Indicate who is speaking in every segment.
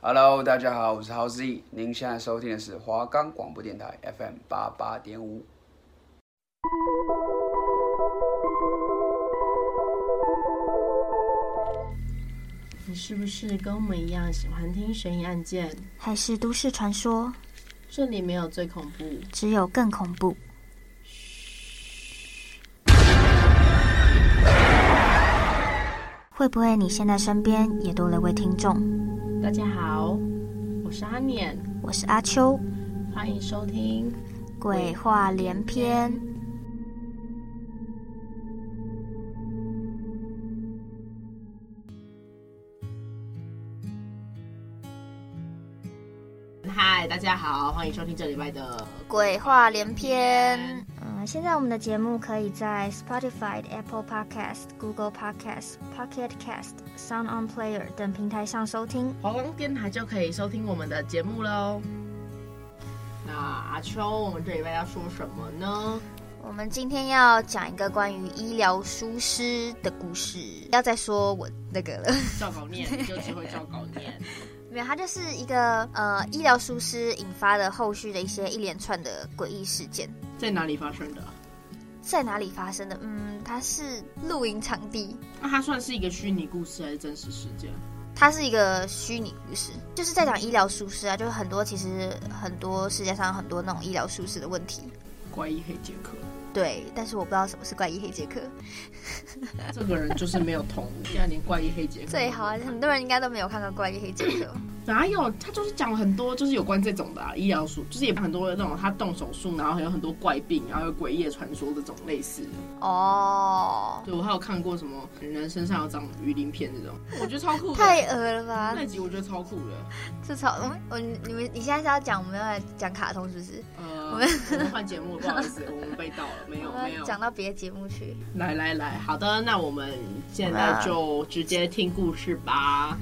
Speaker 1: Hello，大家好，我是 h o w Z，您现在收听的是华冈广播电台 FM 八八点五。
Speaker 2: 你是不是跟我们一样喜欢听悬疑案件？
Speaker 3: 还是都市传说，
Speaker 2: 这里没有最恐怖，
Speaker 3: 只有更恐怖。会不会你现在身边也多了位听众？
Speaker 2: 大家好，我是阿念，
Speaker 3: 我是阿秋，
Speaker 2: 欢迎收听。
Speaker 3: 鬼话连篇。
Speaker 2: 嗨，大家好，欢迎收听这礼拜的
Speaker 3: 鬼话连篇。嗯、现在我们的节目可以在 Spotify、Apple Podcast、Google Podcast、Pocket Cast、Sound On Player 等平台上收听。
Speaker 2: 华光电台就可以收听我们的节目喽。那阿秋，我们这礼拜要说什么呢？
Speaker 3: 我们今天要讲一个关于医疗疏失的故事，不要再说我那个了。
Speaker 2: 照稿念，你就只会照稿念。
Speaker 3: 没有，它就是一个呃医疗疏失引发的后续的一些一连串的诡异事件。
Speaker 2: 在哪里发生的？啊
Speaker 3: 在哪里发生的？嗯，它是露营场地，
Speaker 2: 那它算是一个虚拟故事还是真实事件？
Speaker 3: 它是一个虚拟故事，就是在讲医疗疏失啊，就是很多其实很多世界上有很多那种医疗疏失的问题。
Speaker 2: 怪医黑杰克，
Speaker 3: 对，但是我不知道什么是怪医黑杰克，
Speaker 2: 这个人就是没有同理，现在连怪医黑杰克
Speaker 3: 最好啊，很多人应该都没有看过怪医黑杰克。
Speaker 2: 哪有？他就是讲了很多，就是有关这种的、啊、医疗术，就是也很多的那种他动手术，然后还有很多怪病，然后有诡异的传说这种类似的。
Speaker 3: 哦，
Speaker 2: 对我还有看过什么人身上有长鱼鳞片这种，我觉得超酷的。
Speaker 3: 太恶了吧
Speaker 2: 那！集我觉得超酷的。
Speaker 3: 这超我们我你们你现在是要讲我们要来讲卡通是不是？
Speaker 2: 呃，我们换节目了，不好意思，我们被盗了，没有
Speaker 3: 我
Speaker 2: 没有
Speaker 3: 们。讲到别的节目去。
Speaker 2: 来来来，好的，那我们现在就直接听故事吧。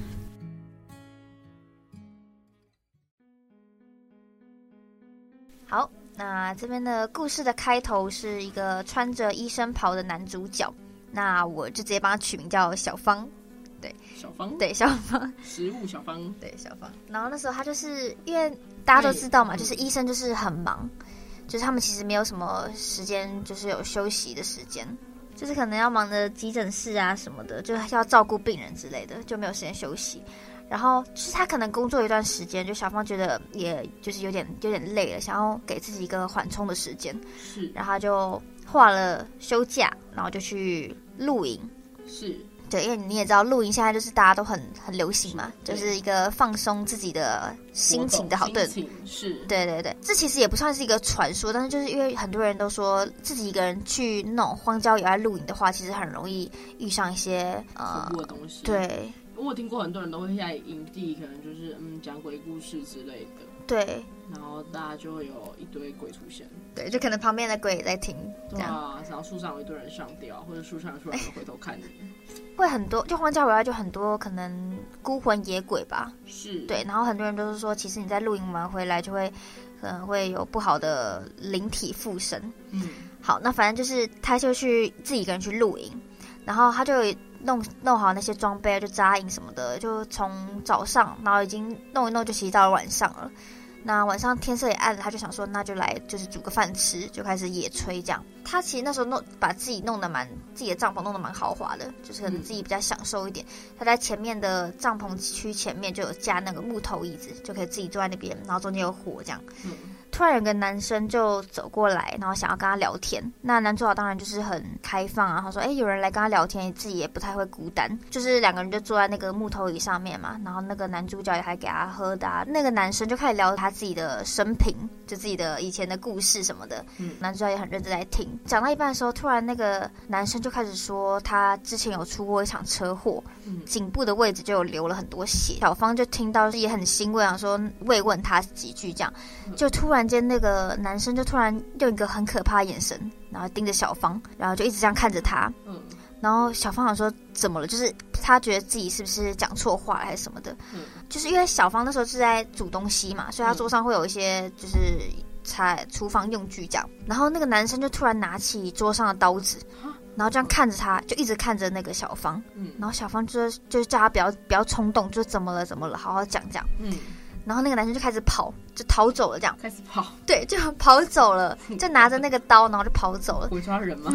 Speaker 3: 好，那这边的故事的开头是一个穿着医生袍的男主角，那我就直接帮他取名叫小芳。
Speaker 2: 小芳，
Speaker 3: 对，小芳，
Speaker 2: 食物小芳，
Speaker 3: 对，小芳。然后那时候他就是因为大家都知道嘛，就是医生就是很忙，就是他们其实没有什么时间，就是有休息的时间，就是可能要忙着急诊室啊什么的，就是要照顾病人之类的，就没有时间休息。然后就是他可能工作一段时间，就小芳觉得也就是有点有点累了，想要给自己一个缓冲的时间，
Speaker 2: 是
Speaker 3: 然后他就画了休假，然后就去露营。
Speaker 2: 是，
Speaker 3: 对，因为你也知道，露营现在就是大家都很很流行嘛，
Speaker 2: 对
Speaker 3: 就是一个放松自己的心情的好，
Speaker 2: 活动
Speaker 3: 对
Speaker 2: 心情是，
Speaker 3: 对对对，这其实也不算是一个传说，但是就是因为很多人都说自己一个人去那种荒郊野外露营的话，其实很容易遇上一些呃
Speaker 2: 恐，怖的东西，。
Speaker 3: 对
Speaker 2: 我有听过很多人都会在营地，可能就是嗯讲鬼故事之类的，
Speaker 3: 对
Speaker 2: 然后大家就会有一堆鬼出现，
Speaker 3: 对，就可能旁边的鬼也在听，这
Speaker 2: 对
Speaker 3: 样
Speaker 2: 啊，然后树上有一堆人上吊，或者树上有有人回头看你，
Speaker 3: 会很多，就荒郊野外就很多可能孤魂野鬼吧，
Speaker 2: 是，
Speaker 3: 对，然后很多人都是说，其实你在露营完回来就会，可能会有不好的灵体附身。
Speaker 2: 嗯，
Speaker 3: 好，那反正就是他就去自己一个人去露营，然后他就弄弄好那些装备啊，就扎营什么的，就从早上，然后已经弄一弄，就其实到了晚上了。那晚上天色也暗了，他就想说，那就来就是煮个饭吃，就开始野炊这样。他其实那时候弄把自己弄得蛮自己的帐篷弄得蛮豪华的，就是可能
Speaker 2: 嗯
Speaker 3: 自己比较享受一点。他在前面的帐篷区前面就有架那个木头椅子，就可以自己坐在那边，然后中间有火这样。
Speaker 2: 嗯
Speaker 3: 突然有个男生就走过来，然后想要跟他聊天。那男主角当然就是很开放啊，他说：“哎、有人来跟他聊天，自己也不太会孤单。”就是两个人就坐在那个木头椅上面嘛，然后那个男主角也还给他喝的、啊。那个男生就开始聊他自己的生平，就自己的以前的故事什么的。
Speaker 2: 嗯
Speaker 3: 男主角也很认真在听。讲到一半的时候，突然那个男生就开始说他之前有出过一场车祸，
Speaker 2: 嗯
Speaker 3: 颈部的位置就有流了很多血。小芳就听到也很欣慰，想说慰问他几句这样。
Speaker 2: 嗯
Speaker 3: 就突然间，那个男生就突然用一个很可怕的眼神，然后盯着小芳，然后就一直这样看着她。
Speaker 2: 嗯
Speaker 3: 然后小芳想说怎么了，就是她觉得自己是不是讲错话了还是什么的。
Speaker 2: 嗯
Speaker 3: 就是因为小芳那时候是在煮东西嘛，所以她
Speaker 2: 嗯
Speaker 3: 桌上会有一些就是菜厨房用具这样。然后那个男生就突然拿起桌上的刀子
Speaker 2: 啊，
Speaker 3: 然后这样看着他，就一直看着那个小芳，
Speaker 2: 嗯
Speaker 3: 然后小芳就就叫他不要不要冲动，就怎么了怎么了，好好讲讲。
Speaker 2: 嗯，
Speaker 3: 然后那个男生就开始跑，就逃走了，这样
Speaker 2: 开始跑，
Speaker 3: 对，就跑 走了，就拿着那个刀，然后就跑走了。
Speaker 2: 鬼抓人嘛，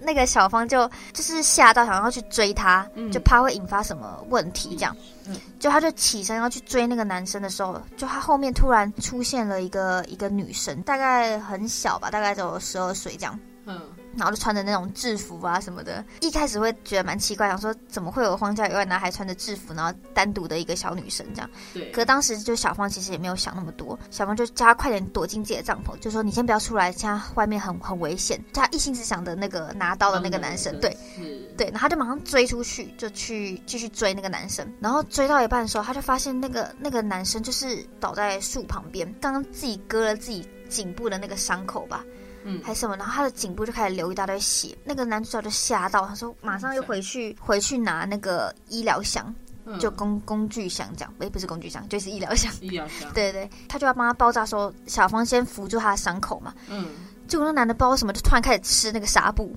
Speaker 3: 那个小芳就就是吓到，想要去追他，
Speaker 2: 嗯
Speaker 3: 就怕会引发什么问题，这样，
Speaker 2: 嗯
Speaker 3: 就她就起身要去追那个男生的时候，就她后面突然出现了一个一个女生，大概很小吧，大概只有十二岁这样，
Speaker 2: 嗯，
Speaker 3: 然后就穿着那种制服啊什么的，一开始会觉得蛮奇怪，想说怎么会有荒郊野外男孩穿着制服，然后单独的一个小女生这样。
Speaker 2: 对，
Speaker 3: 可当时就小芳其实也没有想那么多，小芳就叫她快点躲进自己的帐篷，就说你先不要出来，现在外面很很危险。她一心只想着那个拿刀的那个男生，嗯对，
Speaker 2: 是，
Speaker 3: 对，然后她就马上追出去，就去继续追那个男生。然后追到一半的时候，她就发现那个那个男生就是倒在树旁边，刚刚自己割了自己颈部的那个伤口吧，
Speaker 2: 嗯，
Speaker 3: 还是什么，然后他的颈部就开始流一大堆血，那个男主角就吓到，他说马上又回去回去拿那个医疗箱，
Speaker 2: 嗯
Speaker 3: 就工工具箱这样，诶，不是工具箱，就是医疗箱。
Speaker 2: 医疗箱，
Speaker 3: 对对，他就要帮他包扎，说小芳先扶住他的伤口嘛。
Speaker 2: 嗯
Speaker 3: 结果那男的不知道为什么就突然开始吃那个纱布，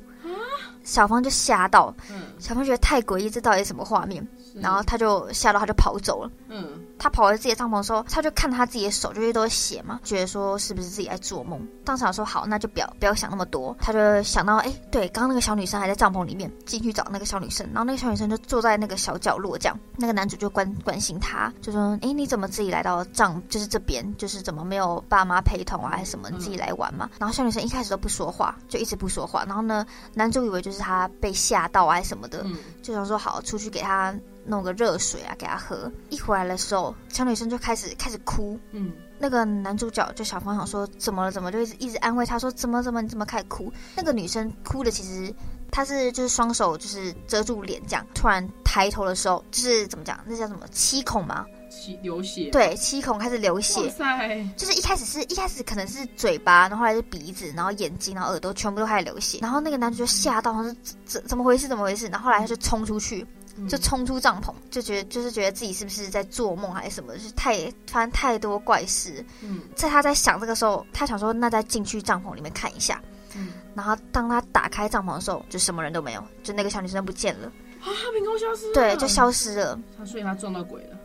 Speaker 3: 小芳就吓到，
Speaker 2: 嗯，
Speaker 3: 小芳觉得太诡异，这到底什么画面？
Speaker 2: 是
Speaker 3: 然后他就吓到，他就跑走了。
Speaker 2: 嗯
Speaker 3: 他跑回自己的帐篷的时候，他就看他自己的手，就是都是血嘛，觉得说是不是自己在做梦。当场说好，那就不要不要想那么多。他就想到，哎，对，刚刚那个小女生还在帐篷里面，进去找那个小女生，然后那个小女生就坐在那个小角落，这样，那个男主就关关心她，就说，哎，你怎么自己来到帐，就是这边，就是怎么没有爸妈陪同啊，还是什么，你自己来玩嘛？然后小女生一开始都不说话，就一直不说话，然后呢，男主以为就是她被吓到啊还是什么的，
Speaker 2: 嗯，
Speaker 3: 就想说好出去给他弄个热水啊，给他喝。一回来的时候，小女生就开始开始哭。
Speaker 2: 嗯
Speaker 3: 那个男主角就小芳想说怎么了怎么了，就一直一直安慰她说怎么怎么你怎么开始哭？那个女生哭的其实她是就是双手就是遮住脸这样，突然抬头的时候就是怎么讲那叫什么七孔嘛？
Speaker 2: 起流血，
Speaker 3: 对，七孔开始流
Speaker 2: 哇
Speaker 3: 血。
Speaker 2: 塞，
Speaker 3: 就是一开始是一开始可能是嘴巴，然后后来是鼻子，然后眼睛，然后耳朵，全部都开始流血。然后那个男主角吓到，他说怎怎怎么回事？怎么回事？然后后来他就冲出去，
Speaker 2: 嗯
Speaker 3: 就冲出帐篷，就觉得就是觉得自己是不是在做梦还是什么，就是太发生太多怪事。
Speaker 2: 嗯
Speaker 3: 在他在想这个时候，他想说那再进去帐篷里面看一下。
Speaker 2: 嗯，
Speaker 3: 然后当他打开帐篷的时候，就什么人都没有，就那个小女生不见了，
Speaker 2: 啊，他凭空消失了，
Speaker 3: 对，就，消失了。
Speaker 2: 他所以他撞到鬼了，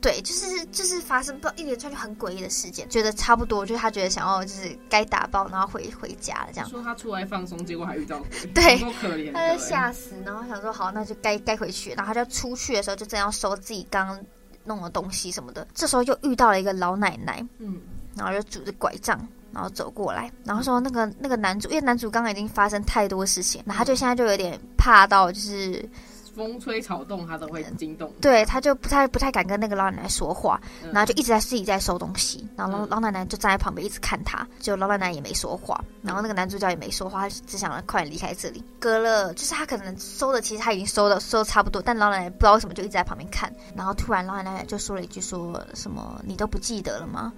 Speaker 3: 对，就是就是发生不知道一连串就很诡异的事件，觉得差不多，就是他觉得想要就是该打包，然后回回家了这样。
Speaker 2: 说他出来放松，结果还遇到鬼，
Speaker 3: 对
Speaker 2: 多可怜的
Speaker 3: 他
Speaker 2: 欸，
Speaker 3: 就吓死，然后想说好，那就该该回去。然后他就出去的时候，就正要收自己刚刚弄的东西什么的，这时候又遇到了一个老奶奶，
Speaker 2: 嗯
Speaker 3: 然后就拄着拐杖，然后走过来，然后说那个那个男主，因为男主刚刚已经发生太多事情，然后他就现在就有点怕到，就是
Speaker 2: 风吹草动，他都会惊动。
Speaker 3: 对他就不太不太敢跟那个老奶奶说话，
Speaker 2: 嗯
Speaker 3: 然后就一直在自己在收东西，然后老
Speaker 2: 嗯
Speaker 3: 老奶奶就站在旁边一直看他，就老奶奶也没说话，然后那个男主角也没说话，他只想快点离开这里。隔了就是他可能收的，其实他已经收的收的差不多，但老奶奶不知道为什么就一直在旁边看，然后突然老奶奶就说了一句说什么你都不记得了吗？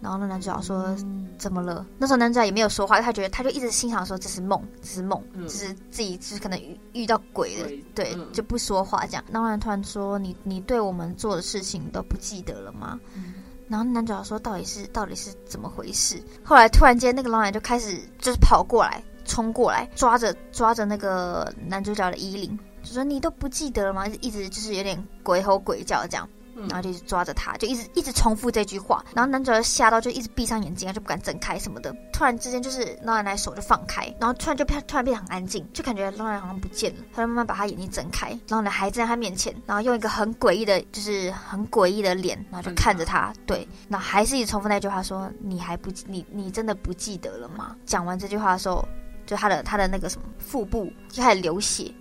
Speaker 3: 然后那男主角说
Speaker 2: 嗯
Speaker 3: 怎么了？那时候男主角也没有说话，他觉得他就一直心想说这是梦，这是梦，
Speaker 2: 嗯
Speaker 3: 就是自己就是可能遇遇到鬼了
Speaker 2: 鬼，
Speaker 3: 对，
Speaker 2: 嗯
Speaker 3: 就不说话这样。然后突然说你你对我们做的事情都不记得了吗？
Speaker 2: 嗯
Speaker 3: 然后男主角说到底是到底是怎么回事？后来突然间那个老奶就开始就是跑过来冲过来，抓着抓着那个男主角的衣领。就说你都不记得了吗？一直就是有点鬼吼鬼叫这样，
Speaker 2: 嗯
Speaker 3: 然后就一直抓着他，就一直一直重复这句话，然后男主角吓到就一直闭上眼睛啊，就不敢睁开什么的。突然之间就是老奶奶手就放开，然后突然就变突然变得很安静，就感觉老奶奶好像不见了，他就慢慢把他眼睛睁开，老奶奶还站在他面前，然后用一个很诡异的，就是很诡异的脸，然后就看着他，对，然后还是一直重复那句话说你还不记你你真的不记得了吗？讲完这句话的时候，就他的他的那个什么腹部就开始流血，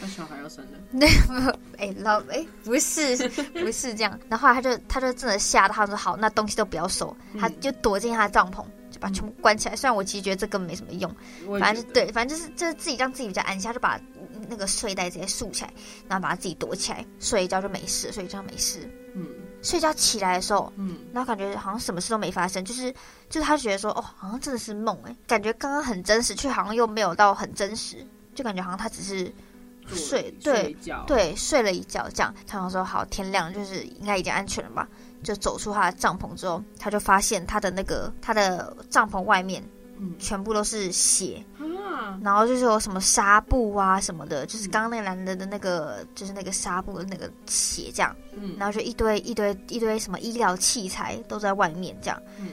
Speaker 2: 那小孩要生了，
Speaker 3: 哎、老哎、不是 不是这样，然后后来他就他就真的吓到，他说好，那东西都不要收，他
Speaker 2: 嗯
Speaker 3: 就躲进他的帐篷，就把全部关起来。虽然我其实觉得这根本没什么用，
Speaker 2: 我也
Speaker 3: 嗯反正
Speaker 2: 觉
Speaker 3: 就
Speaker 2: 得，
Speaker 3: 对，反正就是就是自己让自己比较安心，他就把嗯那个睡袋直接竖起来，然后把他自己躲起来，睡一觉就没事，睡一觉没事。
Speaker 2: 嗯
Speaker 3: 睡觉起来的时候，
Speaker 2: 嗯，
Speaker 3: 然后感觉好像什么事都没发生，就是就是他觉得说哦，好像真的是梦哎、感觉刚刚很真实，却好像又没有到很真实，就感觉好像他只是
Speaker 2: 做
Speaker 3: 睡对
Speaker 2: 睡觉，，
Speaker 3: 对，睡了一觉，这样他想说好，天亮了就是应该已经安全了吧？就走出他的帐篷之后，他就发现他的那个他的帐篷外面
Speaker 2: 嗯
Speaker 3: 全部都是血，
Speaker 2: 啊，啊，
Speaker 3: 然后就是有什么纱布啊什么的，就是刚刚那个男的的那个，就是那个纱布的那个血这样，
Speaker 2: 嗯
Speaker 3: 然后就一堆一堆一堆什么医疗器材都在外面这样，
Speaker 2: 嗯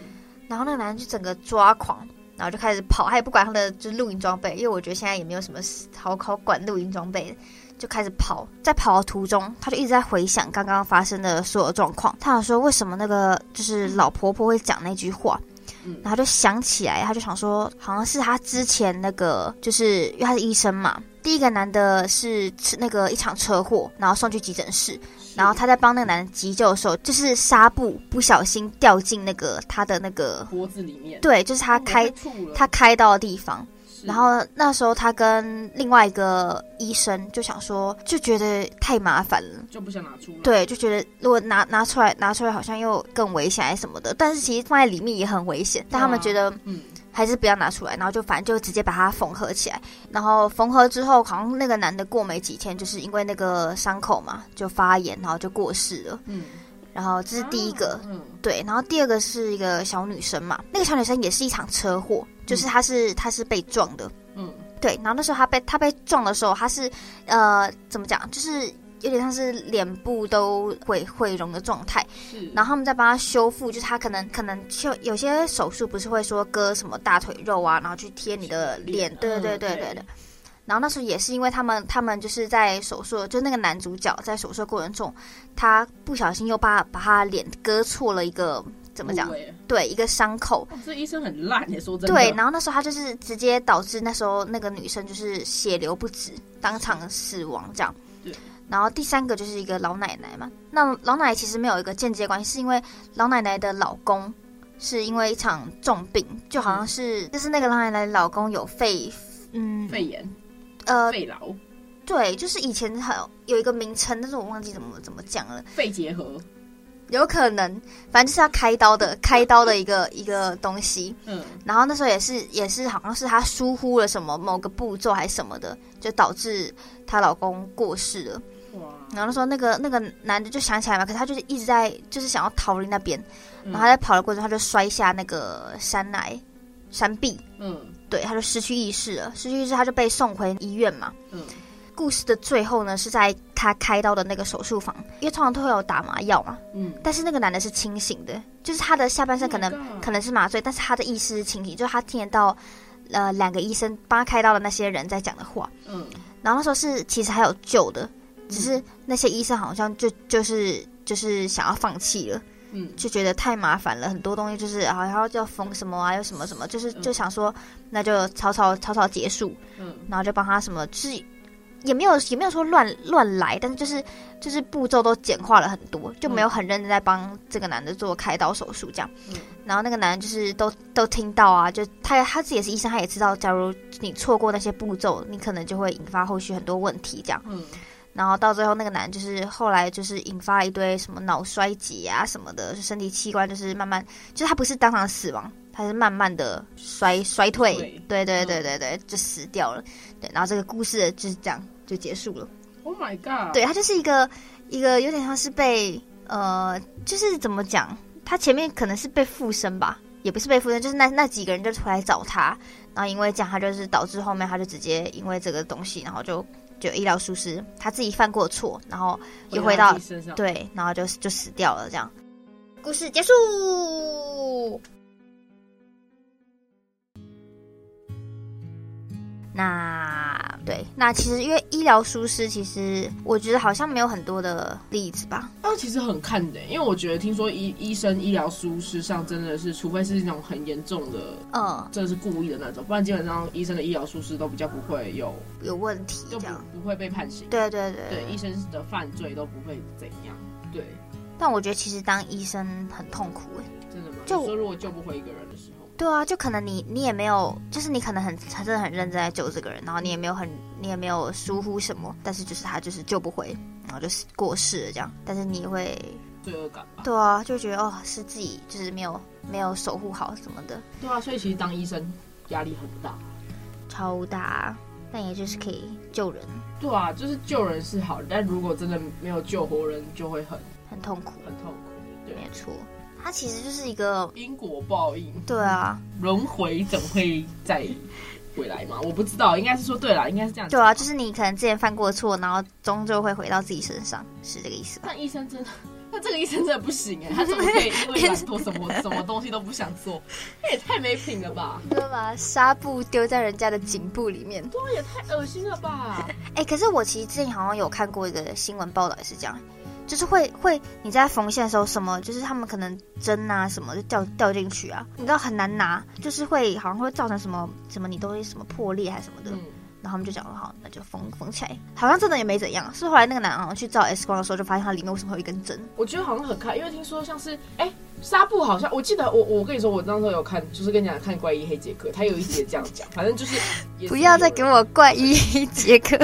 Speaker 3: 然后那个男的就整个抓狂，然后就开始跑，他也不管他的就是露营装备，因为我觉得现在也没有什么好好管露营装备的，就开始跑，在跑的途中，他就一直在回想刚刚发生的所有状况，他想说为什么那个就是老婆婆会讲那句话，
Speaker 2: 嗯
Speaker 3: 然后就想起来，他就想说，好像是他之前那个，就是因为他是医生嘛，第一个男的是吃那个一场车祸，然后送去急诊室，然后他在帮那个男的急救的时候，就是纱布不小心掉进那个他的那个，
Speaker 2: 脖子里面，哦
Speaker 3: 对，就是他
Speaker 2: 我
Speaker 3: 开
Speaker 2: 被触了
Speaker 3: 他开刀的地方。
Speaker 2: 是
Speaker 3: 然后那时候他跟另外一个医生就想说，就觉得太麻烦了。
Speaker 2: 就不想拿出来，，
Speaker 3: 对，就觉得如果拿拿出来拿出来，好像又更危险还是什么的。但是其实放在里面也很危险，但他们
Speaker 2: 对啊
Speaker 3: 觉得
Speaker 2: 嗯，
Speaker 3: 还是不要拿出来，然后就反正就直接把它缝合起来。然后缝合之后，好像那个男的过没几天，就是因为那个伤口嘛，就发炎，然后就过世了。
Speaker 2: 嗯，
Speaker 3: 然后这是第一个，
Speaker 2: 啊，嗯
Speaker 3: 对，然后第二个是一个小女生嘛，那个小女生也是一场车祸，就是她是、她是被撞的，
Speaker 2: 嗯，
Speaker 3: 对，然后那时候她被她被撞的时候，她是呃怎么讲，就是有点像是脸部都毁毁容的状态。
Speaker 2: 是，
Speaker 3: 然后他们再帮他修复，就是他可能可能就有些手术不是会说割什么大腿肉啊，然后去贴你的脸，
Speaker 2: 嗯
Speaker 3: 对对对对对对。然后那时候也是因为他们他们就是在手术，就那个男主角在手术过程中，他不小心又把把他脸割错了一个怎么讲
Speaker 2: 部？位
Speaker 3: 对，一个伤口。
Speaker 2: 哦这医生很烂耶，说真的，
Speaker 3: 对，然后那时候他就是直接导致那时候那个女生就是血流不止，当场死亡这样
Speaker 2: 对。
Speaker 3: 然后第三个就是一个老奶奶嘛，那老奶奶其实没有一个间接关系，是因为老奶奶的老公是因为一场重病，就好像是就是那个老奶奶的老公有肺，
Speaker 2: 嗯
Speaker 3: 嗯，
Speaker 2: 肺炎、
Speaker 3: 呃，
Speaker 2: 肺痨、
Speaker 3: 对，就是以前很有一个名称，但是我忘记怎么怎么讲了，
Speaker 2: 肺结核，
Speaker 3: 有可能，反正就是要开刀的开刀的一个一个东西，
Speaker 2: 嗯，
Speaker 3: 然后那时候也是也是好像是她疏忽了什么某个步骤还是什么的，就导致她老公过世了。
Speaker 2: 哇，
Speaker 3: 然后那时候那个那个男的就想起来嘛，可是他就是一直在就是想要逃离那边，
Speaker 2: 嗯
Speaker 3: 然后他在跑的过程中他就摔下那个山来山壁，
Speaker 2: 嗯
Speaker 3: 对，他就失去意识了，失去意识他就被送回医院嘛。
Speaker 2: 嗯，
Speaker 3: 故事的最后呢，是在他开刀的那个手术房，因为通常都会有打麻药嘛，
Speaker 2: 嗯，
Speaker 3: 但是那个男的是清醒的，就是他的下半身可能
Speaker 2: Oh my God
Speaker 3: 可能是麻醉，但是他的意识是清醒，就是他听得到，呃，两个医生帮他开刀的那些人在讲的话。
Speaker 2: 嗯，
Speaker 3: 然后那时候是其实还有救的，只是那些医生好像就就是就是想要放弃了，
Speaker 2: 嗯，
Speaker 3: 就觉得太麻烦了，很多东西就是啊，然后就要缝什么啊，又什么什么，就是
Speaker 2: 嗯
Speaker 3: 就想说那就草草草草结束，
Speaker 2: 嗯，
Speaker 3: 然后就帮他什么，就是也没有也没有说乱乱来，但是就是就是步骤都简化了很多，就没有很认真在帮这个男的做开刀手术这样。
Speaker 2: 嗯
Speaker 3: 然后那个男的就是都都听到啊，就他他自己也是医生，他也知道，假如你错过那些步骤，你可能就会引发后续很多问题这样。
Speaker 2: 嗯，
Speaker 3: 然后到最后，那个男就是后来就是引发了一堆什么脑衰竭啊什么的，就身体器官就是慢慢，就是他不是当场死亡，他是慢慢的衰衰退，对对对对对，就死掉了。对，然后这个故事就是这样就结束了。
Speaker 2: ，Oh my god，
Speaker 3: 对，它就是一个一个有点像是被呃，就是怎么讲，他前面可能是被附身吧，也不是被附身，就是那那几个人就出来找他，然后因为这样，他就是导致后面他就直接因为这个东西，然后就就医疗疏失，他自己犯过错，然后又回到
Speaker 2: 自己身上，
Speaker 3: 对，然后就就死掉了这样。故事结束。那对，那其实因为医疗疏失，其实我觉得好像没有很多的例子吧。
Speaker 2: 但其实很看的，欸因为我觉得听说医医生医疗疏失上真的是，除非是那种很严重的，
Speaker 3: 嗯，
Speaker 2: 真的是故意的那种，不然基本上医生的医疗疏失都比较不会有，
Speaker 3: 有问题
Speaker 2: 就
Speaker 3: 这
Speaker 2: 不
Speaker 3: 样。
Speaker 2: 不会被判刑。
Speaker 3: 对对对
Speaker 2: 对，医生的犯罪都不会怎样。对，
Speaker 3: 但我觉得其实当医生很痛苦哎、
Speaker 2: 真的吗？
Speaker 3: 就
Speaker 2: 就说如果救不回一个人的时候，
Speaker 3: 对啊，就可能你你也没有，就是你可能很很真的很认真在救这个人，然后你也没有很你也没有疏忽什么，但是就是他就是救不回，然后就是过世了这样。但是你会，
Speaker 2: 罪恶感吧。
Speaker 3: 对啊，就觉得哦是自己就是没有没有守护好什么的，
Speaker 2: 对啊，所以其实当医生压力很大。
Speaker 3: 超大，但也就是可以救人，
Speaker 2: 对啊，就是救人是好，但如果真的没有救活人，就会很
Speaker 3: 很痛苦，
Speaker 2: 很痛苦。
Speaker 3: 没错。它其实就是一个，
Speaker 2: 因果报应，
Speaker 3: 对啊，
Speaker 2: 轮回总会在回来嘛？我不知道，应该是说对啦，应该是这样。
Speaker 3: 对啊，就是你可能之前犯过的错，然后终究会回到自己身上，是这个意思吧？
Speaker 2: 那医生真的，那这个医生真的不行哎、他怎么可以因为懒惰什 么什么东西都不想做？那也太没品了吧！
Speaker 3: 就把纱布丢在人家的颈部里面。
Speaker 2: 对，啊也太恶心了吧！
Speaker 3: 哎、可是我其实之前好像有看过一个新闻报道，也是这样，就是会会你在缝线的时候，什么就是他们可能针啊什么就掉掉进去啊，你知道很难拿，就是会好像会造成什么什么你东西什么破裂还是什么的，
Speaker 2: 嗯，
Speaker 3: 然后他们就讲说好，那就缝缝起来，好像真的也没怎样。是后来那个男好像去照 X 光的时候，就发现他里面为什么会有一根针，
Speaker 2: 我觉得好像很看，因为听说像是哎。纱布好像，我记得我我跟你说，我那时候有看，就是跟你讲看《怪医黑杰克》，他有一节这样讲，反正就是也是
Speaker 3: 不要再
Speaker 2: 有
Speaker 3: 给我怪医杰 克。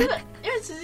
Speaker 2: 因为其实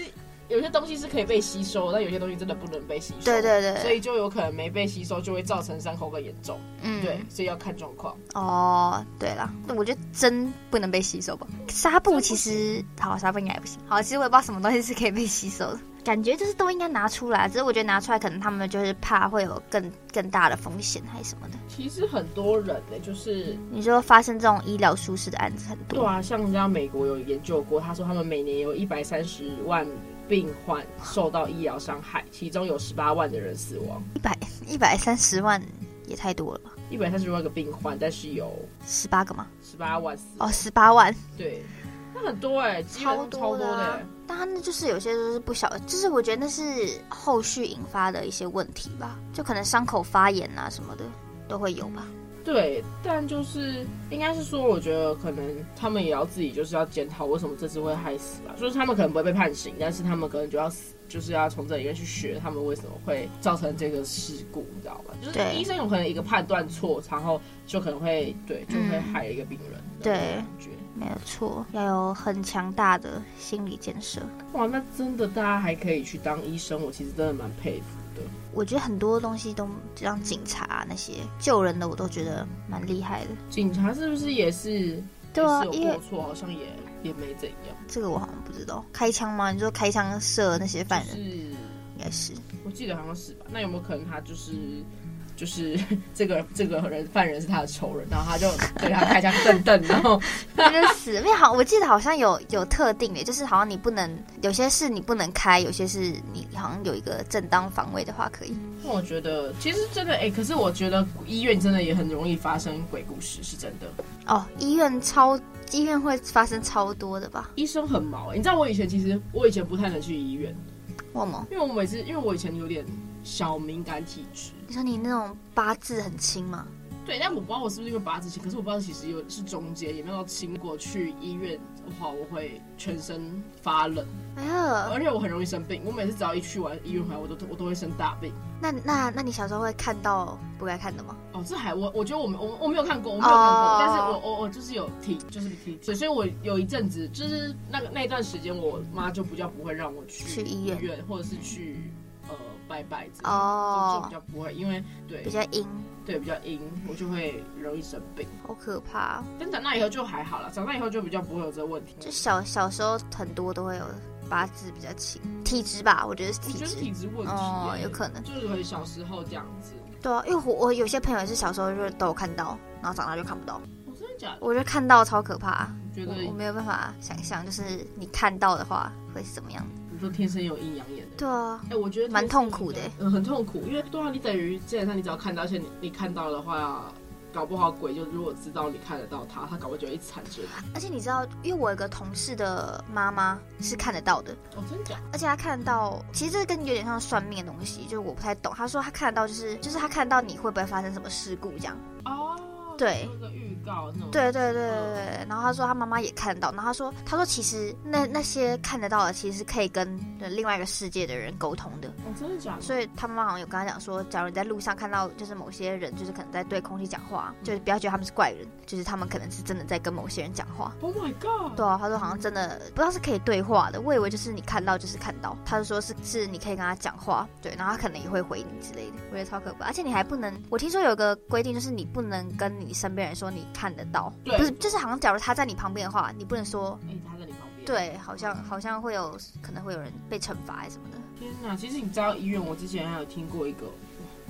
Speaker 2: 有些东西是可以被吸收，但有些东西真的不能被吸收。
Speaker 3: 对对对
Speaker 2: 所以就有可能没被吸收，就会造成伤口更严重。
Speaker 3: 嗯，
Speaker 2: 对，所以要看状况。
Speaker 3: 哦，对了，我觉得针不能被吸收吧？纱布其实好，纱布应该也不行。好，其实我也不知道什么东西是可以被吸收的，感觉就是都应该拿出来，只是我觉得拿出来可能他们就是怕会有更更大的风险还是什么的。
Speaker 2: 其实很多人呢、就是
Speaker 3: 你说发生这种医疗疏失的案子很
Speaker 2: 对
Speaker 3: 多，
Speaker 2: 啊，像人家美国有研究过，他说他们每年有一百三十万病患受到医疗伤害，其中有十八万的人死亡，
Speaker 3: 一百一百三十万也太多了吧？
Speaker 2: 一百三十万个病患，但是有
Speaker 3: 十八个吗？
Speaker 2: 十八万死亡。
Speaker 3: 哦，十八万，
Speaker 2: 对，那很多哎、基本上超
Speaker 3: 超
Speaker 2: 多
Speaker 3: 多
Speaker 2: 的、
Speaker 3: 的啊
Speaker 2: 欸。
Speaker 3: 但他那就是有些就是不小，就是我觉得那是后续引发的一些问题吧，就可能伤口发炎啊什么的都会有吧。
Speaker 2: 对，但就是应该是说，我觉得可能他们也要自己就是要检讨为什么这次会害死吧。就是他们可能不会被判刑，但是他们可能就要死，就是要从这里面去学他们为什么会造成这个事故，你知道吧？就是
Speaker 3: 对
Speaker 2: 医生有可能一个判断错，然后就可能会对，就会
Speaker 3: 嗯
Speaker 2: 害了一个病人。
Speaker 3: 对
Speaker 2: 感觉
Speaker 3: 没有错，要有很强大的心理建设。
Speaker 2: 哇，那真的大家还可以去当医生，我其实真的蛮佩服的。
Speaker 3: 我觉得很多东西都像警察、啊那些救人的，我都觉得蛮厉害的。
Speaker 2: 警察是不是也是？
Speaker 3: 对啊，
Speaker 2: 也是
Speaker 3: 因
Speaker 2: 有
Speaker 3: 为
Speaker 2: 过错，好像也也没怎样，
Speaker 3: 这个我好像不知道，开枪吗？你说开枪射那些犯
Speaker 2: 就
Speaker 3: 人，
Speaker 2: 是。
Speaker 3: 应该是
Speaker 2: 我记得好像是吧？那有没有可能他就是就是 这个这个人犯人是他的仇人，然后他就对他开枪瞪瞪，然后
Speaker 3: 那就死。因为好，我记得好像有有特定的，就是好像你不能，有些是你不能开，有些是你好像有一个正当防卫的话可以。
Speaker 2: 那我觉得其实真的哎、可是我觉得医院真的也很容易发生鬼故事，是真的。
Speaker 3: 哦，医院超医院会发生超多的吧？
Speaker 2: 医生很毛、欸，你知道我以前其实我以前不太能去医院，
Speaker 3: 莫某，
Speaker 2: 因为我每次因为我以前有点小敏感体质。
Speaker 3: 你说你那种八字很轻吗？
Speaker 2: 对，但我不知道我是不是因为八字轻，可是我不知道其实有是中间也没有到轻过去医院的话，我会全身发冷，
Speaker 3: 哎呀，
Speaker 2: 而且我很容易生病。我每次只要一去完医院回来，我都我都会生大病。
Speaker 3: 那那那你小时候会看到不该看的吗？
Speaker 2: 哦，这还我我觉得我没我我没有看过，我没有看过
Speaker 3: 哦
Speaker 2: 但是我我我就是有体就是体质，所以我有一阵子就是那个那一段时间，我妈就比较不会让我去
Speaker 3: 去医院
Speaker 2: 或者是去呃拜拜之类的就
Speaker 3: 哦
Speaker 2: 就比较不会，因为对
Speaker 3: 比较阴，
Speaker 2: 对比较阴，我就会容易生病。
Speaker 3: 好可怕哦、
Speaker 2: 但长大以后就还好了，长大以后就比较不会有这个问题。
Speaker 3: 就小小时候很多都会有八字比较轻，体质吧，我觉得是
Speaker 2: 我
Speaker 3: 体
Speaker 2: 觉得是体
Speaker 3: 质。
Speaker 2: 质问题、
Speaker 3: 哦有可能
Speaker 2: 就是很小时候这样子。
Speaker 3: 对啊，因为我我有些朋友也是小时候就是都有看到，然后长大就看不到。
Speaker 2: 我、哦真的假的？
Speaker 3: 我觉得看到超可怕，
Speaker 2: 我觉
Speaker 3: 我
Speaker 2: 得
Speaker 3: 我没有办法想象，就是你看到的话会是怎么样的。
Speaker 2: 你说天生有阴阳眼的人。
Speaker 3: 对啊，
Speaker 2: 哎、我觉得
Speaker 3: 蛮痛苦的欸
Speaker 2: 嗯，很痛苦，因为对啊，你等于基本上你只要看到，而且你你看到的话，搞不好鬼就如果知道你看得到他，他搞不好就会一直缠着你。
Speaker 3: 而且你知道，因为我有个同事的妈妈是看得到的，
Speaker 2: 哦，真的假的？
Speaker 3: 而且他看到，其实这跟有点像算命的东西，就是我不太懂。他说他看得到，就是就是他看到你会不会发生什么事故这样。
Speaker 2: 哦，
Speaker 3: 对
Speaker 2: 那个预告那种。哦
Speaker 3: 对对对对对。然后他说他妈妈也看得到，然后他说他说其实那那些看得到的，其实是可以跟另外一个世界的人沟通的。
Speaker 2: 哦，真的假的？
Speaker 3: 所以他妈妈好像有跟他讲说，假如你在路上看到就是某些人，就是可能在对空气讲话，就是不要觉得他们是怪人，就是他们可能是真的在跟某些人讲话。
Speaker 2: Oh my god！
Speaker 3: 对啊，他说好像真的不知道是可以对话的，我以为就是你看到就是看到，他就说是是你可以跟他讲话，对，然后他可能也会回你之类的，我觉得超可怕。而且你还不能，我听说有个规定就是你不能跟你身边人说你看得到，
Speaker 2: 对
Speaker 3: 不是，就是好像假如他在你旁边的话，你不能说，
Speaker 2: 哎、他在你旁边。。
Speaker 3: 对，好像好像会有可能会有人被惩罚还是什么的。
Speaker 2: 天哪！其实你知道医院，我之前还有听过一个，哇，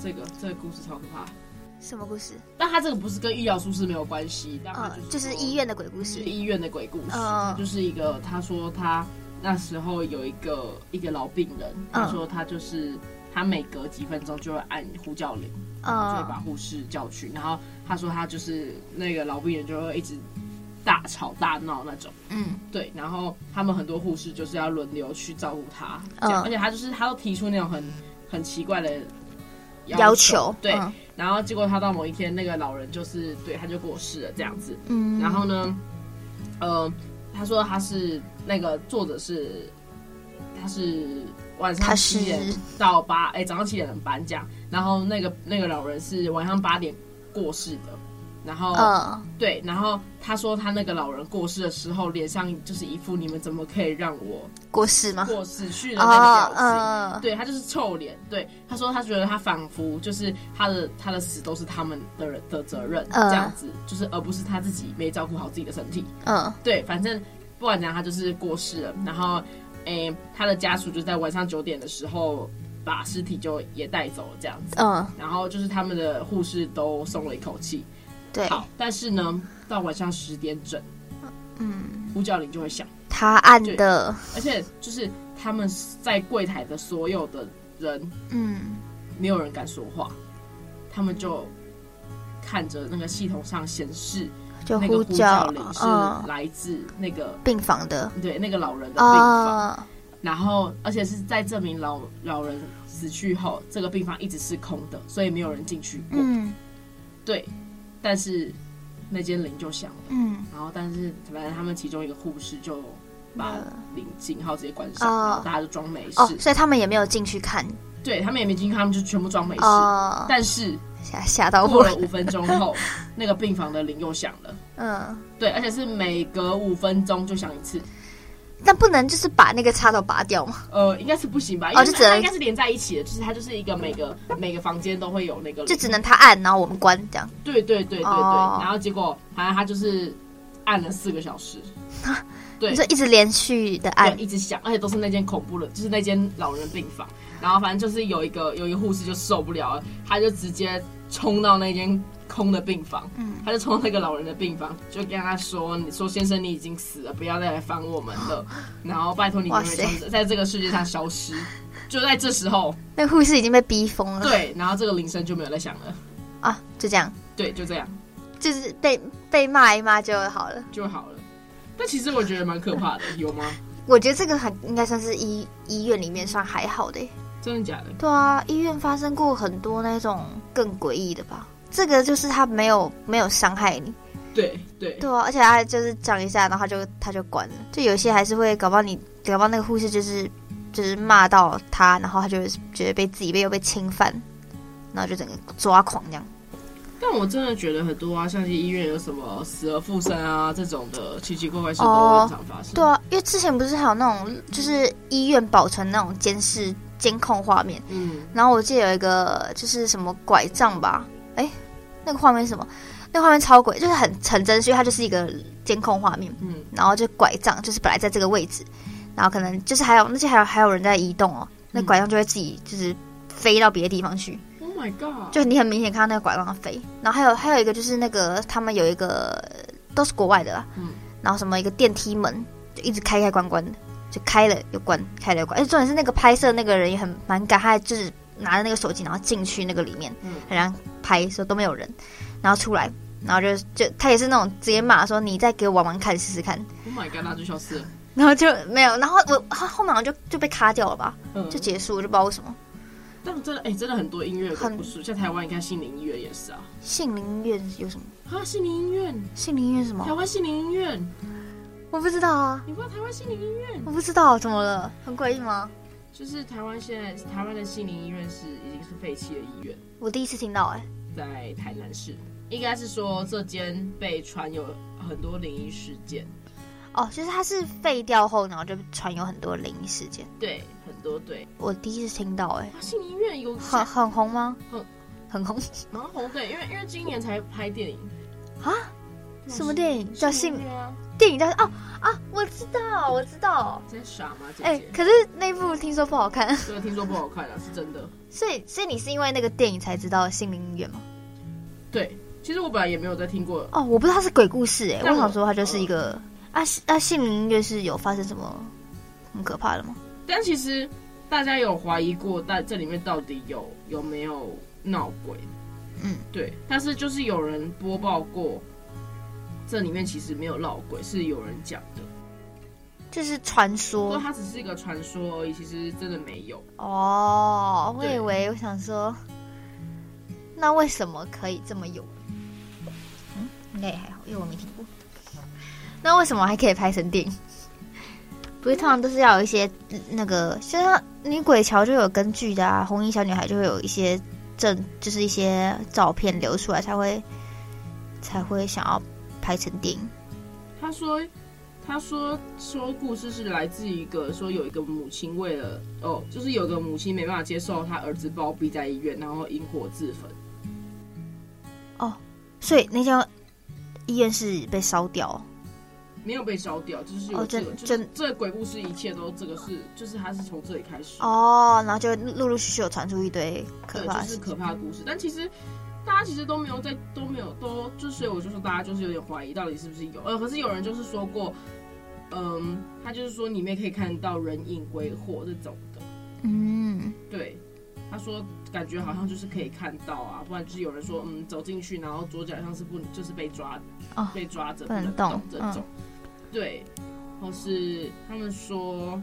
Speaker 2: 这个这个故事超可怕。
Speaker 3: 什么故事？
Speaker 2: 但他这个不是跟医疗疏失没有关系，但他
Speaker 3: 呃，
Speaker 2: 就
Speaker 3: 就是是
Speaker 2: 说
Speaker 3: 医院的鬼故
Speaker 2: 是
Speaker 3: 事。
Speaker 2: 医院的鬼故事，
Speaker 3: 嗯
Speaker 2: 就是一个他说他那时候有一个一个老病人，他
Speaker 3: 嗯
Speaker 2: 说他就是他每隔几分钟就会按呼叫铃，然后就会把
Speaker 3: 嗯
Speaker 2: 护士叫去，然后他说他就是那个老病人就会一直大吵大闹那种。
Speaker 3: 嗯
Speaker 2: 对，然后他们很多护士就是要轮流去照顾他，这样
Speaker 3: 嗯
Speaker 2: 而且他就是他都提出那种很很奇怪的
Speaker 3: 要求
Speaker 2: 对，
Speaker 3: 嗯
Speaker 2: 然后结果他到某一天那个老人就是对他就过世了这样子，
Speaker 3: 嗯，
Speaker 2: 然后呢，呃，他说他是那个作者是他是晚上
Speaker 3: 他
Speaker 2: 七点
Speaker 3: 是
Speaker 2: 到八哎、早上七点很搬家，然后那个那个老人是晚上八点过世的，然后、
Speaker 3: 呃
Speaker 2: 对，然后他说他那个老人过世的时候，脸上就是一副你们怎么可以让我
Speaker 3: 过世吗？
Speaker 2: 过世去的那
Speaker 3: 啊哦
Speaker 2: 个表情。
Speaker 3: 嗯
Speaker 2: 对他就是臭脸，对他说他觉得他仿佛就是他的他的死都是他们的人的责任、
Speaker 3: 嗯
Speaker 2: 这样子，就是而不是他自己没照顾好自己的身体。
Speaker 3: 嗯
Speaker 2: 对，反正不管怎样，他就是过世了。然后，诶、他的家属就在晚上九点的时候把尸体就也带走了这样子。
Speaker 3: 嗯，
Speaker 2: 然后就是他们的护士都松了一口气。
Speaker 3: 对，
Speaker 2: 好，但是呢，到晚上十点整，
Speaker 3: 嗯，
Speaker 2: 呼叫铃就会响，
Speaker 3: 他按的，
Speaker 2: 而且就是他们在柜台的所有的人，
Speaker 3: 嗯
Speaker 2: 没有人敢说话，他们就看着那个系统上显示
Speaker 3: 就
Speaker 2: 那个
Speaker 3: 呼
Speaker 2: 呼叫
Speaker 3: 叫
Speaker 2: 铃是
Speaker 3: 嗯
Speaker 2: 来自那个、
Speaker 3: 病房的
Speaker 2: 对那个老人的病房。
Speaker 3: 啊
Speaker 2: 然后而且是在证明老老人死去后，这个病房一直是空的，所以没有人进去过。
Speaker 3: 嗯
Speaker 2: 对，但是那间铃就响了，
Speaker 3: 嗯
Speaker 2: 然后但是反正他们其中一个护士就把
Speaker 3: 嗯
Speaker 2: 铃警号直接关上，
Speaker 3: 哦
Speaker 2: 然后大家就装没事。
Speaker 3: 哦，所以他们也没有进去看
Speaker 2: 对他们也没进去，他们就全部装没事。
Speaker 3: 哦，
Speaker 2: 但是
Speaker 3: 吓吓到
Speaker 2: 过
Speaker 3: 我
Speaker 2: 了，五分钟 后，那个病房的铃又响了，
Speaker 3: 嗯，
Speaker 2: 对，而且是每隔五分钟就响一次。
Speaker 3: 但不能就是把那个插头拔掉嘛，
Speaker 2: 呃，应该是不行吧？
Speaker 3: 哦
Speaker 2: 因为
Speaker 3: 就
Speaker 2: 它
Speaker 3: 只能
Speaker 2: 它应该是连在一起的，就是它就是一个每个每个房间都会有那个铃，
Speaker 3: 就只能他按，然后我们关这样，
Speaker 2: 对对对对对，
Speaker 3: 哦
Speaker 2: 然后结果反正他就是按了四个小时，对
Speaker 3: 你说一直连续的按
Speaker 2: 对，，一直响，而且都是那间恐怖的，就是那间老人病房。然后反正就是有一个有一个护士就受不了了，他就直接冲到那间空的病房，
Speaker 3: 嗯
Speaker 2: 他就冲到那个老人的病房，就跟他说：“你说先生你已经死了，不要再来烦我们 了，然后拜托你
Speaker 3: 哇
Speaker 2: 永远
Speaker 3: 塞
Speaker 2: 从在这个世界上消失。”就在这时候，
Speaker 3: 那个护士已经被逼疯了，
Speaker 2: 对，然后这个铃声就没有再响了，
Speaker 3: 啊，就这样，
Speaker 2: 对，就这样。
Speaker 3: 就是被被骂一骂就好了。
Speaker 2: 就好了。但其实我觉得蛮可怕的，有吗？
Speaker 3: 我觉得这个还应该算是医医院里面算还好的耶。
Speaker 2: 真的假的？
Speaker 3: 对啊，医院发生过很多那种更诡异的吧。这个就是他没有没有伤害你，
Speaker 2: 对对
Speaker 3: 对啊，而且他就是讲一下，然后他就他就关了。就有些还是会搞不好你，搞不好那个护士就是就是骂到他，然后他就觉得被自己被又被侵犯，然后就整个抓狂这样。
Speaker 2: 但我真的觉得很多啊，像是医院有什么死而复生啊这种的奇奇怪怪事都
Speaker 3: 哦
Speaker 2: 很常发生。
Speaker 3: 对啊，因为之前不是还有那种就是医院保存那种监视监控画面，
Speaker 2: 嗯，
Speaker 3: 然后我记得有一个就是什么拐杖吧，哎，那个画面是什么？那个画面超鬼，就是很很真实，因为它就是一个监控画面，
Speaker 2: 嗯，
Speaker 3: 然后就拐杖就是本来在这个位置，然后可能就是还有那些还有还有人在移动哦，那
Speaker 2: 嗯
Speaker 3: 拐杖就会自己就是飞到别的地方去，
Speaker 2: Oh my god！
Speaker 3: 就你很明显看到那个拐杖飞。然后还有还有一个就是那个他们有一个都是国外的啦，
Speaker 2: 嗯
Speaker 3: 然后什么一个电梯门就一直开开关关的，就开了又关，开了又关。而且哎重点是那个拍摄那个人也很蛮敢，他还就是拿着那个手机然后进去那个里面，
Speaker 2: 嗯
Speaker 3: 好像拍说都没有人，然后出来。然后就就他也是那种直接骂说你再给我玩玩看试试看，
Speaker 2: ，Oh my god，那就消失了。
Speaker 3: 然后就没有，然后我他后面好像就就被卡掉了吧，
Speaker 2: 嗯
Speaker 3: 就，结束，我就不知道为什么。
Speaker 2: 但真的，哎、真的很多音乐
Speaker 3: 很
Speaker 2: 不是，像台湾，你看心灵音乐也是啊。
Speaker 3: 杏林医院有什么？
Speaker 2: 啊，心灵音乐，
Speaker 3: 杏林医院是什么
Speaker 2: 台？湾心灵音乐，
Speaker 3: 我不知道啊，
Speaker 2: 你不知道台湾心灵音乐？
Speaker 3: 我不知道怎么了，很诡异吗？
Speaker 2: 就是台湾现在台湾的心灵医院是已经是废弃的医院。
Speaker 3: 我第一次听到哎、
Speaker 2: 在台南市，应该是说这间被传有很多灵异事件，
Speaker 3: 哦，就是它是废掉后，然后就传有很多灵异事件。
Speaker 2: 对，很多对。
Speaker 3: 我第一次听到哎、
Speaker 2: 啊，心灵医院有
Speaker 3: 很很红吗？
Speaker 2: 很
Speaker 3: 很红，
Speaker 2: 蛮红的，因为因为今年才拍电影
Speaker 3: 啊，什么电影叫
Speaker 2: 心
Speaker 3: 心
Speaker 2: 灵医院啊？
Speaker 3: 电影叫哦啊，我知道我知道，
Speaker 2: 你在傻吗，姐
Speaker 3: 哎、
Speaker 2: 姐？
Speaker 3: 可是那部听说不好看，
Speaker 2: 这个听说不好看啊，是真的。
Speaker 3: 所以所以你是因为那个电影才知道心灵医院吗？
Speaker 2: 对，其实我本来也没有在听过，
Speaker 3: 哦，我不知道它是鬼故事哎、
Speaker 2: 但
Speaker 3: 我
Speaker 2: 我
Speaker 3: 想说它就是一个啊是啊，姓名音乐是有发生什么很可怕的吗？
Speaker 2: 但其实大家有怀疑过，但这里面到底有有没有闹鬼？
Speaker 3: 嗯，
Speaker 2: 对。但是就是有人播报过，这里面其实没有闹鬼，是有人讲的，
Speaker 3: 这是传
Speaker 2: 不过
Speaker 3: 说
Speaker 2: 它只是一个传说而已，其实真的没有。
Speaker 3: 哦，我
Speaker 2: 对
Speaker 3: 以为我想说，那为什么可以这么有？嗯，应该也还好，因为我没听过。 那为什么还可以拍成电影？不是通常都是要有一些嗯那个，就像女鬼桥就有根据的啊，红衣小女孩就会有一些证，就是一些照片流出来才会才会想要拍成电影。
Speaker 2: 他说，他说说故事是来自一个说有一个母亲为了哦，就是有个母亲没办法接受她儿子暴毙在医院，然后引火自焚。
Speaker 3: 所以那家医院是被烧掉哦，
Speaker 2: 没有被烧掉，就是
Speaker 3: 哦
Speaker 2: 有这个，
Speaker 3: 真
Speaker 2: 就是
Speaker 3: 真
Speaker 2: 这个鬼故事，一切都这个是，就是它是从这里开始，
Speaker 3: 哦然后就陆陆续续有传出一堆可
Speaker 2: 对，
Speaker 3: 怕
Speaker 2: 就
Speaker 3: 的
Speaker 2: 是
Speaker 3: 事。
Speaker 2: 可怕的故事。但其实大家其实都没有在，都没有都，就所以我就说大家就是有点怀疑到底是不是有，呃，可是有人就是说过，嗯，他就是说里面可以看到人影鬼火这种的，
Speaker 3: 嗯，
Speaker 2: 对，他说感觉好像就是可以看到啊，不然就是有人说，嗯，走进去，然后左脚像是不就是被抓，
Speaker 3: 哦
Speaker 2: 被抓着
Speaker 3: 不
Speaker 2: 不
Speaker 3: 能
Speaker 2: 能
Speaker 3: 动
Speaker 2: 动这
Speaker 3: 嗯
Speaker 2: 种，对，或是他们说，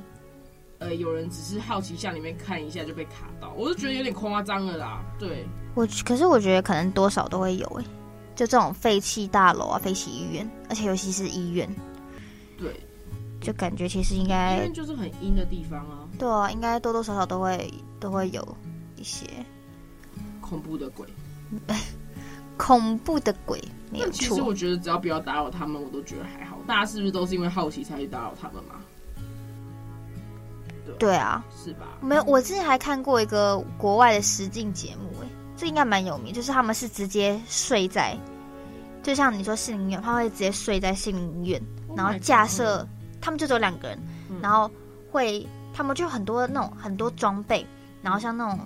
Speaker 2: 呃，有人只是好奇向里面看一下就被卡到，我就觉得有点夸张了啦，对，
Speaker 3: 我可是我觉得可能多少都会有诶、欸就这种废弃大楼啊、废弃医院，而且尤其是医院，
Speaker 2: 对，
Speaker 3: 就感觉其实应
Speaker 2: 因
Speaker 3: 该
Speaker 2: 为就是很阴的地方啊，
Speaker 3: 对啊，应该多多少少都会都会有一些
Speaker 2: 恐怖的鬼。
Speaker 3: 恐怖的鬼，没有
Speaker 2: 但其实
Speaker 3: 错
Speaker 2: 我。觉得只要不要打扰他们，我都觉得还好。大家是不是都是因为好奇才去打扰他们嘛？
Speaker 3: 对啊，
Speaker 2: 是吧？
Speaker 3: 没有，我之前还看过一个国外的实境节目、诶，这应该蛮有名，就是他们是直接睡在，就像你说杏林院，他会直接睡在杏林院，
Speaker 2: Oh
Speaker 3: 然后
Speaker 2: my
Speaker 3: 架
Speaker 2: God
Speaker 3: 设，他们就只有两个人，
Speaker 2: 嗯
Speaker 3: 然后会他们就很多那种很多装备，然后像那种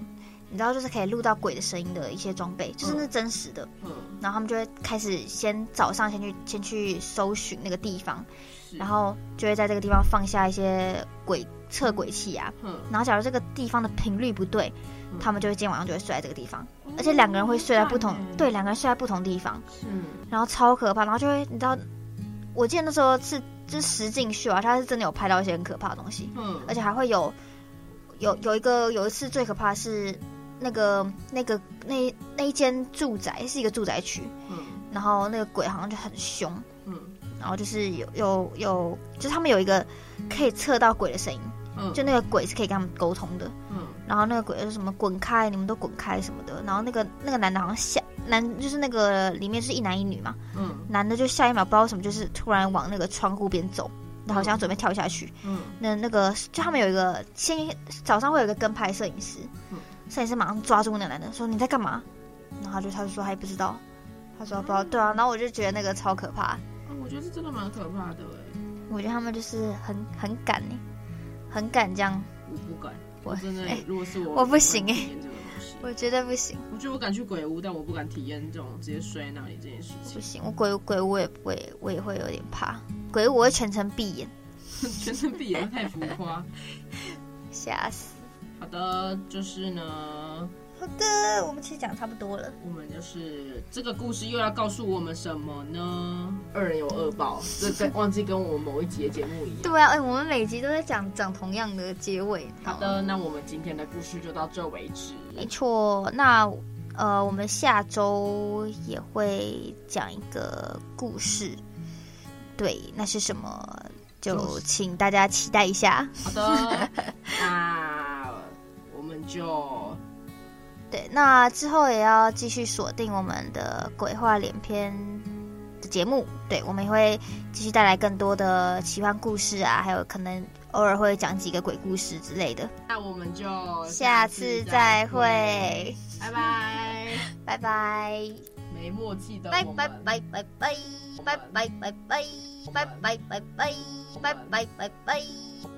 Speaker 3: 你知道就是可以录到鬼的声音的一些装备，就是那是真实的，
Speaker 2: 嗯，
Speaker 3: 然后他们就会开始先早上先去先去搜寻那个地方，
Speaker 2: 是
Speaker 3: 然后就会在这个地方放下一些鬼测鬼器啊，
Speaker 2: 嗯，
Speaker 3: 然后假如这个地方的频率不对，
Speaker 2: 嗯
Speaker 3: 他们就会今天晚上就会睡在这个地方，而且两个人会睡在不同，
Speaker 2: 哦
Speaker 3: 对，，两个人睡在不同地方，
Speaker 2: 嗯，
Speaker 3: 然后超可怕，然后就会你知道，我记得那时候是就是实境秀啊，他是真的有拍到一些很可怕的东西，
Speaker 2: 嗯，
Speaker 3: 而且还会有有有一个有一次最可怕的是那个那个那那一间住宅是一个住宅区，
Speaker 2: 嗯
Speaker 3: 然后那个鬼好像就很凶，
Speaker 2: 嗯
Speaker 3: 然后就是有有有就是他们有一个可以测到鬼的声音，
Speaker 2: 嗯，
Speaker 3: 就那个鬼是可以跟他们沟通的。
Speaker 2: 嗯
Speaker 3: 然后那个鬼就说什么滚开，你们都滚开什么的。然后那个那个男的好像下男就是那个里面是一男一女嘛，
Speaker 2: 嗯
Speaker 3: 男的就下一秒不知道为什么就是突然往那个窗户边走，好像准备跳下去。
Speaker 2: 嗯
Speaker 3: 那那个就他们有一个先早上会有一个跟拍摄影师
Speaker 2: 嗯，
Speaker 3: 摄影师马上抓住那个男的说你在干嘛？然后他就他就说他也不知道，他说不知道对啊。然后我就觉得那个超可怕，
Speaker 2: 啊，我觉得这真的蛮可怕的哎，
Speaker 3: 我觉得他们就是很很敢欸很敢这样，
Speaker 2: 我不敢，
Speaker 3: 我
Speaker 2: 我真的
Speaker 3: 哎，
Speaker 2: 如果是我，
Speaker 3: 我不行哎
Speaker 2: 哎，这个东西，
Speaker 3: 我觉得不行。
Speaker 2: 我觉得我敢去鬼屋，但我不敢体验这种直接摔那里这件事
Speaker 3: 不
Speaker 2: 情，
Speaker 3: 行，我鬼鬼屋我也不会，我也会有点怕。鬼屋我会全程闭眼，
Speaker 2: 全身闭眼太浮夸。
Speaker 3: 吓死。
Speaker 2: 好的，就是呢，
Speaker 3: 好的，呃我们其实讲差不多了。
Speaker 2: 我们就是这个故事又要告诉我们什么呢？恶人有恶报，这跟忘记跟我们某一集的节目一样。
Speaker 3: 对啊，哎、我们每集都在讲讲同样的结尾。
Speaker 2: 好
Speaker 3: 然后，
Speaker 2: 的，那我们今天的故事就到这为止。
Speaker 3: 没错。那呃，我们下周也会讲一个故事，对，那是什么？就
Speaker 2: 就是
Speaker 3: 请大家期待一下。
Speaker 2: 好 的，那我们就
Speaker 3: 对，那之后也要继续锁定我们的鬼话连篇的节目，对我们也会继续带来更多的奇幻故事啊，还有可能偶尔会讲几个鬼故事之类的。
Speaker 2: 那我们就
Speaker 3: 下次再会，，
Speaker 2: 拜拜，
Speaker 3: 拜拜，
Speaker 2: 没默契的
Speaker 3: 拜
Speaker 2: 我
Speaker 3: 拜
Speaker 2: 们，
Speaker 3: 拜拜拜拜拜拜拜拜拜拜拜拜拜拜拜拜。